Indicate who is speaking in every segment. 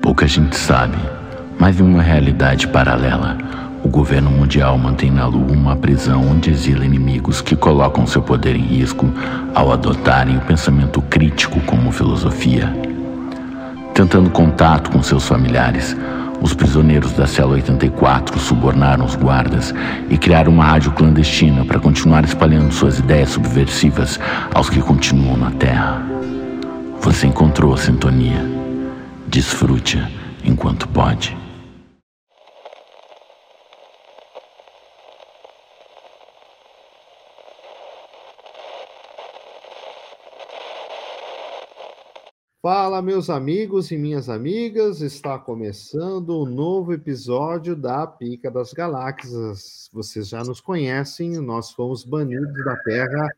Speaker 1: Pouca gente sabe, mas em uma realidade paralela, o governo mundial mantém na Lua uma prisão onde exila inimigos que colocam seu poder em risco ao adotarem o pensamento crítico como filosofia. Tentando contato com seus familiares, os prisioneiros da cela 84 subornaram os guardas e criaram uma rádio clandestina para continuar espalhando suas ideias subversivas aos que continuam na Terra. Você encontrou a sintonia. Desfrute enquanto pode.
Speaker 2: Fala, meus amigos e minhas amigas, está começando um novo episódio da Pica das Galáxias. Vocês já nos conhecem, nós fomos banidos da Terra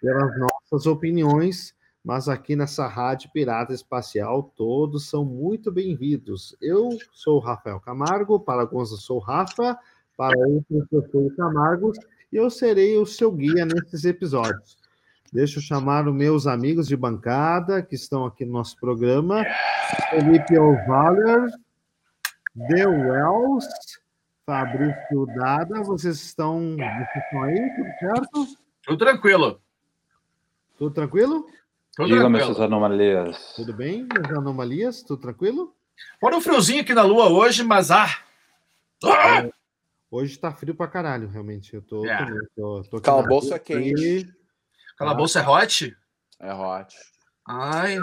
Speaker 2: pelas nossas opiniões, mas aqui nessa rádio pirata espacial todos são muito bem-vindos. Eu sou o Rafael Camargo, para alguns eu sou o Rafa, para outros eu sou o Camargo, e eu serei o seu guia nesses episódios. Deixa eu chamar os meus amigos de bancada que estão aqui no nosso programa. Felipe Ovaler, The Wells, Fabrício Dada. Vocês estão, vocês estão aí, tudo certo?
Speaker 3: Tudo tranquilo.
Speaker 2: Tudo tranquilo?
Speaker 3: Tudo
Speaker 4: Diga-me
Speaker 3: tranquilo.
Speaker 4: suas anomalias.
Speaker 2: Tudo bem? As anomalias, tudo tranquilo?
Speaker 3: Fora um friozinho aqui na lua hoje, mas ah! Ah!
Speaker 2: Hoje tá frio pra caralho, realmente. Eu tô,
Speaker 3: É.
Speaker 2: também, tô, tô aqui
Speaker 5: Cala a
Speaker 2: na
Speaker 5: bolsa
Speaker 2: rua,
Speaker 5: quente.
Speaker 2: frio.
Speaker 3: Aquela bolsa é hot?
Speaker 5: É hot.
Speaker 3: Ai,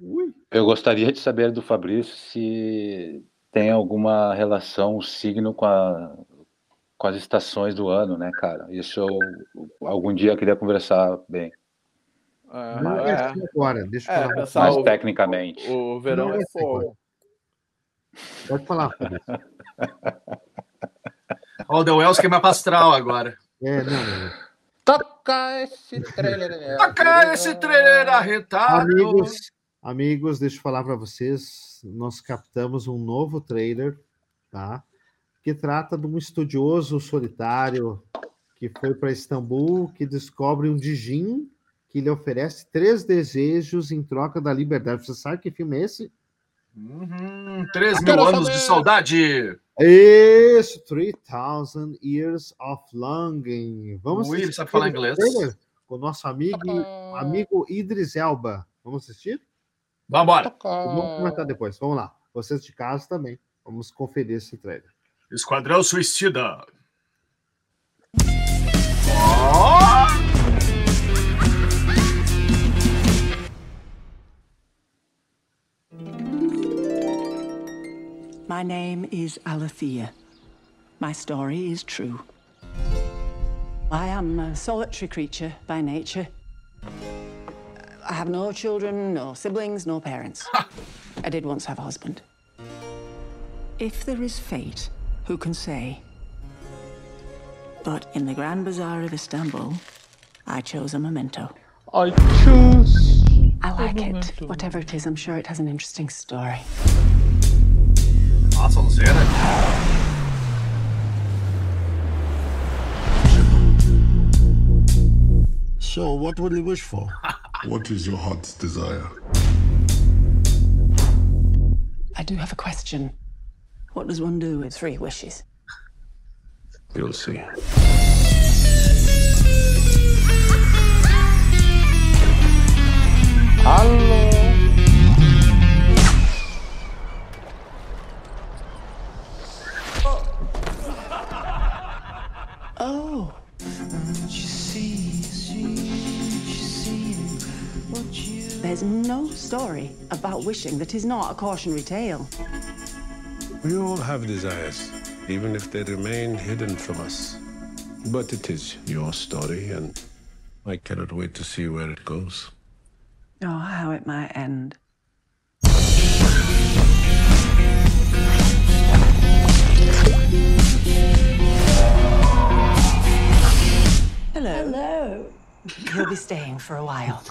Speaker 2: Ui,
Speaker 4: Eu gostaria de saber do Fabrício se tem alguma relação o signo com, a- com as estações do ano, né, cara? Isso eu algum dia eu queria conversar bem,
Speaker 5: É,
Speaker 2: não é
Speaker 5: é.
Speaker 2: assim agora, deixa eu
Speaker 5: É,
Speaker 2: falar.
Speaker 5: pessoal,
Speaker 4: mais
Speaker 5: o-
Speaker 4: tecnicamente.
Speaker 5: O verão
Speaker 2: Não é
Speaker 5: é
Speaker 2: assim,
Speaker 5: fogo.
Speaker 2: Pode falar, Fabrício.
Speaker 3: ó, o The Wells que é mapa astral agora.
Speaker 2: É, não, não.
Speaker 5: Toca esse trailer.
Speaker 3: Taca esse trailer arretado.
Speaker 2: Amigos, amigos, deixa eu falar para vocês. Nós captamos um novo trailer, tá? Que trata de um estudioso solitário que foi para Istambul, que descobre um Dijin que lhe oferece três desejos em troca da liberdade. Você sabe que filme é esse?
Speaker 3: Uhum, 3 mil
Speaker 5: Quero
Speaker 3: anos
Speaker 5: saber.
Speaker 3: de saudade.
Speaker 2: Isso, 3000 Years of Longing. Vamos
Speaker 3: Ui, ele
Speaker 2: assistir
Speaker 3: sabe falar
Speaker 2: o
Speaker 3: inglês.
Speaker 2: trailer Com o nosso amigo, amigo Idris Elba. Vamos assistir?
Speaker 3: Vambora. Ah.
Speaker 2: Vamos comentar depois. Vamos lá. Vocês de casa também. Vamos conferir esse trailer.
Speaker 3: Esquadrão Suicida. Ó!
Speaker 6: My name is Alethea. My story is true. I am a solitary creature by nature. I have no children, no siblings, no parents. I did once have a husband. If there is fate, who can say? But in the Grand Bazaar of Istanbul, I chose a memento.
Speaker 7: I choose.
Speaker 6: I like it. Whatever it is, I'm sure it has an interesting story.
Speaker 3: Nossa, né? Luzeira.
Speaker 8: So, what will you wish for? what is your heart's desire?
Speaker 6: I do have a question. What does one do with three wishes?
Speaker 8: You'll see.
Speaker 6: Oh. There's no story about wishing that is not a cautionary tale.
Speaker 8: We all have desires, even if they remain hidden from us. But it is your story, and I cannot wait to see where it goes.
Speaker 6: Oh, how it might end. Hello. Hello. You'll be staying for a while.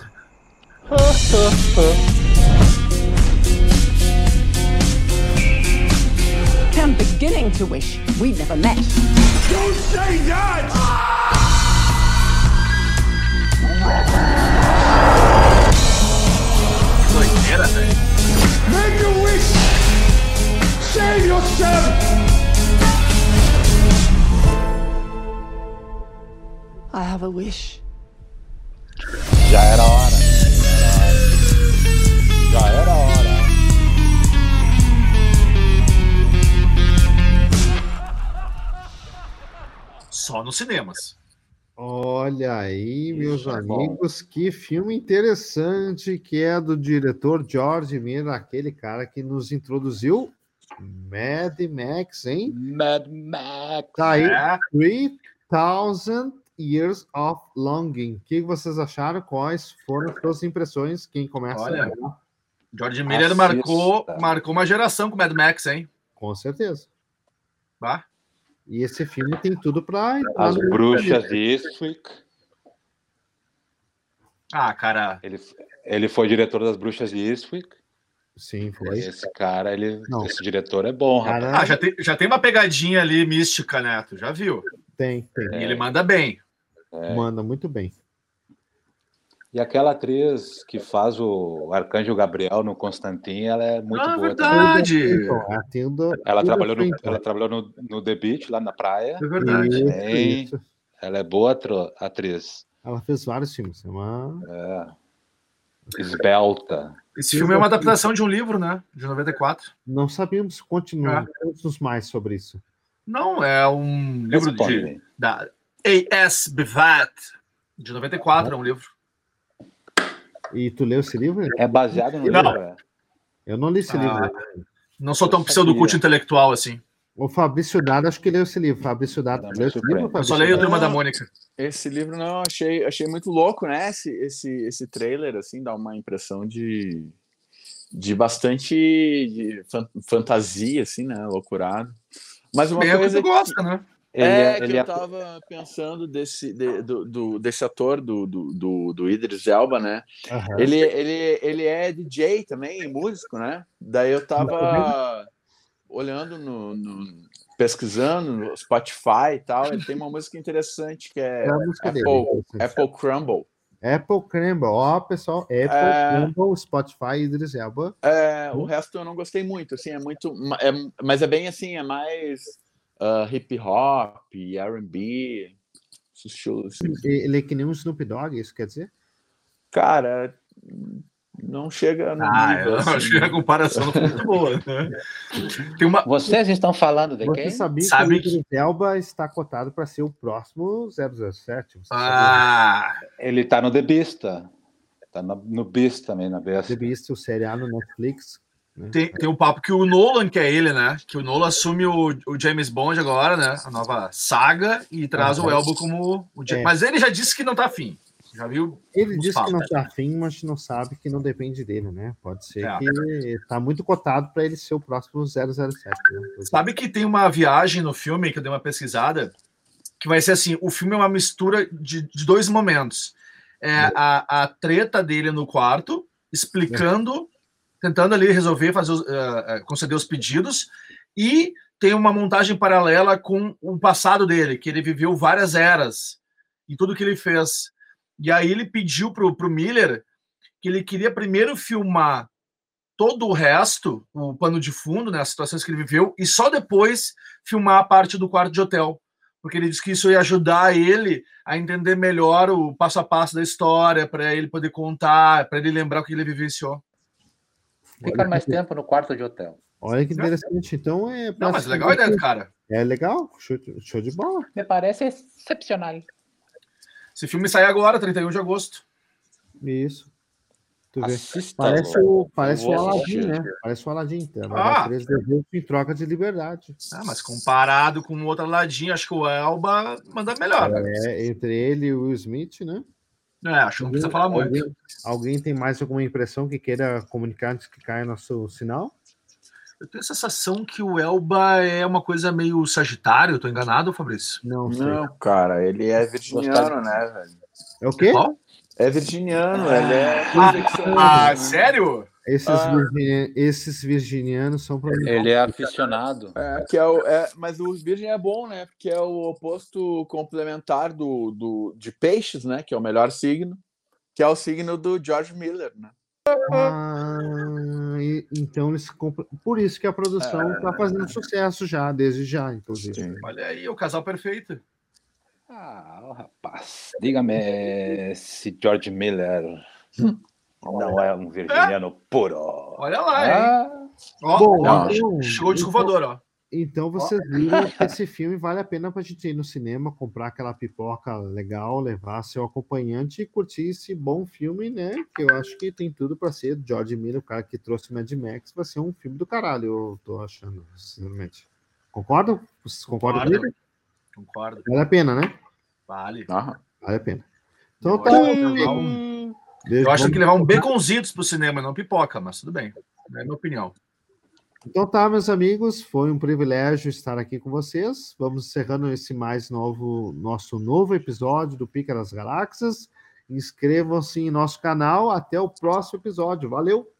Speaker 6: I'm beginning to wish we'd never met.
Speaker 3: Doideira, velho.
Speaker 8: Make a wish!
Speaker 7: Save yourself!
Speaker 6: I have a wish.
Speaker 4: Já era hora. Já era hora.
Speaker 3: Só nos cinemas.
Speaker 2: Olha aí, meus
Speaker 4: Isso é bom.
Speaker 2: amigos, que filme interessante que é do diretor George Miller, aquele cara que nos introduziu Mad Max, hein?
Speaker 4: Mad Max.
Speaker 2: Tá aí,
Speaker 3: É.
Speaker 2: 3000 Years of Longing. O que vocês acharam? Quais foram as suas impressões? Quem começa?
Speaker 3: Olha. George Miller
Speaker 4: Assista.
Speaker 3: marcou, marcou uma geração com Mad Max, hein?
Speaker 2: Com certeza.
Speaker 3: Bah.
Speaker 2: E esse filme tem tudo para
Speaker 4: As bruxas de Eastwick.
Speaker 3: Ah, cara.
Speaker 4: Ele, ele foi diretor das bruxas de Eastwick.
Speaker 2: Sim, foi.
Speaker 4: Esse cara, ele,
Speaker 2: Não.
Speaker 4: esse diretor é bom, rapaz.
Speaker 2: Cara,
Speaker 3: Ah, já tem, já tem uma pegadinha ali mística, né? Tu já viu?
Speaker 2: tem, tem.
Speaker 4: É.
Speaker 3: E ele manda bem.
Speaker 2: Manda muito bem.
Speaker 4: E aquela atriz que faz o Arcanjo Gabriel no Constantin, ela é muito
Speaker 3: Ah,
Speaker 4: boa também.
Speaker 3: verdade. então.
Speaker 2: Ela, tendo-
Speaker 4: Ela
Speaker 2: tudo
Speaker 4: trabalhou, no,
Speaker 2: feito.
Speaker 4: ela trabalhou no, no The Beach, lá na praia.
Speaker 3: É verdade.
Speaker 2: Isso,
Speaker 4: Bem.
Speaker 2: isso.
Speaker 4: Ela é boa atro- atriz.
Speaker 2: Ela fez vários filmes. É uma...
Speaker 4: Esbelta.
Speaker 3: Esse filme é uma adaptação de um livro, né? De 94.
Speaker 2: Não sabíamos,
Speaker 3: É.
Speaker 2: continuamos mais sobre isso.
Speaker 3: Não, é um livro de,
Speaker 4: Responde.
Speaker 3: da A.S. Bivat, de 94, é um livro.
Speaker 2: E tu leu esse livro?
Speaker 4: É baseado no
Speaker 3: Não.
Speaker 4: livro? é?
Speaker 2: Eu não li esse
Speaker 3: Ah.
Speaker 2: livro.
Speaker 3: Não sou tão
Speaker 4: Eu
Speaker 3: pseudo culto
Speaker 4: sabia.
Speaker 3: intelectual assim.
Speaker 2: O Fabrício Dado, acho que leu esse livro. Fabrício Dado,
Speaker 4: Não,
Speaker 2: tu
Speaker 4: me
Speaker 2: leu esse livro?
Speaker 4: surpreende.
Speaker 3: Eu só
Speaker 2: Fabrício
Speaker 3: leio o
Speaker 2: Dado?
Speaker 3: Turma da Mônica.
Speaker 5: Esse livro não, achei, achei muito louco, né? Esse, esse, esse trailer, assim, dá uma impressão de, de bastante de fan- fantasia, assim, né? Loucurado. Mas uma
Speaker 3: Bem, é o que
Speaker 5: coisa
Speaker 3: tu gosta, né?
Speaker 4: Ele
Speaker 5: é, que
Speaker 4: ele
Speaker 5: eu tava pensando desse, de- do, do- desse ator do, do, do, do Idris Elba, né?
Speaker 2: Aham.
Speaker 5: Ele, ele, ele é DJ também, músico, né? Daí eu tava olhando no, no- pesquisando no Spotify e tal. Ele tem uma música interessante que é
Speaker 2: É a música dele. Então, assim,
Speaker 5: Apple, Apple Crumble.
Speaker 2: Apple Crumble. Ó, pessoal, Apple
Speaker 5: É.
Speaker 2: Crumble, Spotify, Idris Elba.
Speaker 5: É,
Speaker 2: Uhum.
Speaker 5: o resto eu não gostei muito, assim, é muito, ma- é- mas é bem assim, é mais ah, hip hop, R&B, esses estilos, assim.
Speaker 2: E- Ele é que nem um Snoop Dogg, isso quer dizer?
Speaker 5: Cara, não chega no
Speaker 3: Ah,
Speaker 5: nível,
Speaker 3: eu
Speaker 5: assim.
Speaker 3: acho que a comparação não foi muito boa. Né? Tem uma.
Speaker 4: Vocês estão falando de
Speaker 2: Você
Speaker 4: quem?
Speaker 2: sabia
Speaker 3: Sabe
Speaker 2: que o Idris Elba está cotado para ser o próximo 007? Você sabia?
Speaker 3: Ah,
Speaker 4: Ele tá no The Bista. Tá no, no Beast também, na besta.
Speaker 2: Teve isso, o seriado Netflix.
Speaker 3: tem, tem um papo que o Nolan, que é ele, né? Que o Nolan assume o, o James Bond agora, né? A nova saga e traz o Elba como o James.
Speaker 2: É.
Speaker 3: Mas ele já disse que não tá afim. Já viu?
Speaker 2: Ele
Speaker 3: Nos
Speaker 2: disse
Speaker 3: fala. né?
Speaker 2: que não está afim, mas não sabe que não depende dele, né? Pode ser
Speaker 3: É.
Speaker 2: que está muito cotado para ele ser o próximo 007. Né?
Speaker 3: Sabe que tem uma viagem no filme que eu dei uma pesquisada que vai ser assim: o filme é uma mistura de, de dois momentos. É a, a treta dele no quarto, explicando, tentando ali resolver, fazer os, eh, eh, conceder os pedidos, e tem uma montagem paralela com o passado dele, que ele viveu várias eras e tudo que ele fez. E aí ele pediu pro, pro Miller que ele queria primeiro filmar todo o resto, o pano de fundo, né, as situações que ele viveu, e só depois filmar a parte do quarto de hotel. Porque ele disse que isso ia ajudar ele a entender melhor o passo a passo da história, para ele poder contar, para ele lembrar o que ele vivenciou.
Speaker 4: Fica mais tempo no quarto de
Speaker 2: é.
Speaker 4: hotel.
Speaker 2: Olha que interessante. Então é.
Speaker 3: Não, mas legal a ideia do cara.
Speaker 2: É legal, show, show de bola.
Speaker 9: Me parece excepcional.
Speaker 3: Esse filme sai agora, 31 de agosto.
Speaker 2: Isso. Tu vê.
Speaker 4: Assista.
Speaker 2: Parece o,
Speaker 4: louco.
Speaker 2: parece o
Speaker 5: vou
Speaker 2: Aladdin,
Speaker 5: assistir.
Speaker 2: né? Parece o Aladdin. Então, vai
Speaker 3: Ah!
Speaker 2: dar três desejos em troca de liberdade.
Speaker 3: Ah, mas comparado com o outro ladinho, acho que o Elba manda melhor. né?
Speaker 2: É, entre ele e o Will Smith, né?
Speaker 3: É, acho que não precisa falar muito.
Speaker 2: Alguém, alguém tem mais alguma impressão que queira comunicar antes que caia nosso sinal?
Speaker 3: Eu tenho a sensação que o Elba é uma coisa meio Sagitário, eu tô enganado, Fabrício?
Speaker 2: Não sei.
Speaker 5: Não, cara, ele é virginiano, né, velho?
Speaker 2: É o quê?
Speaker 3: Qual?
Speaker 5: É virginiano, ele é.
Speaker 3: Ah, sério?
Speaker 2: Esses,
Speaker 5: Ah.
Speaker 2: virginia- esses virginianos são para mim.
Speaker 4: Ele é aficionado.
Speaker 5: É, que é o, é, mas o virgem é bom, né? Porque é o oposto complementar do, do de peixes, né? Que é o melhor signo, que é o signo do George Miller, né?
Speaker 2: Ah, e ele, então eles compra- por isso que a produção está fazendo sucesso já desde já, inclusive.
Speaker 3: Olha aí, o casal perfeito.
Speaker 4: Ah, ô, rapaz. Diga-me se George Miller não é um virginiano puro.
Speaker 3: Olha lá, hein?
Speaker 4: Ah,
Speaker 3: Ó,
Speaker 2: Bom,
Speaker 3: ó,
Speaker 2: então-
Speaker 3: show de voador, ó.
Speaker 2: Então vocês viram que esse filme vale a pena para a gente ir no cinema, comprar aquela pipoca legal, levar seu acompanhante e curtir esse bom filme, né? Que eu acho que tem tudo para ser. George Miller, o cara que trouxe Mad Max, vai ser um filme do caralho, eu tô achando, sinceramente. Concordam? Vocês concordam
Speaker 3: Concordo.
Speaker 2: comigo?
Speaker 3: Concordo.
Speaker 2: Vale a pena, né?
Speaker 3: Vale.
Speaker 5: Ah,
Speaker 2: Vale a pena.
Speaker 3: Eu
Speaker 2: Então
Speaker 3: acho
Speaker 2: tá.
Speaker 3: que tem que levar um-
Speaker 2: Beijo,
Speaker 3: Eu
Speaker 2: vamos-
Speaker 3: acho que tem que levar um baconzitos pro cinema, não pipoca, mas tudo bem. É a minha opinião.
Speaker 2: Então tá, meus amigos, foi um privilégio estar aqui com vocês. Vamos encerrando esse mais novo nosso novo episódio do Pica das Galáxias. Inscrevam-se em nosso canal. Até o próximo episódio. Valeu!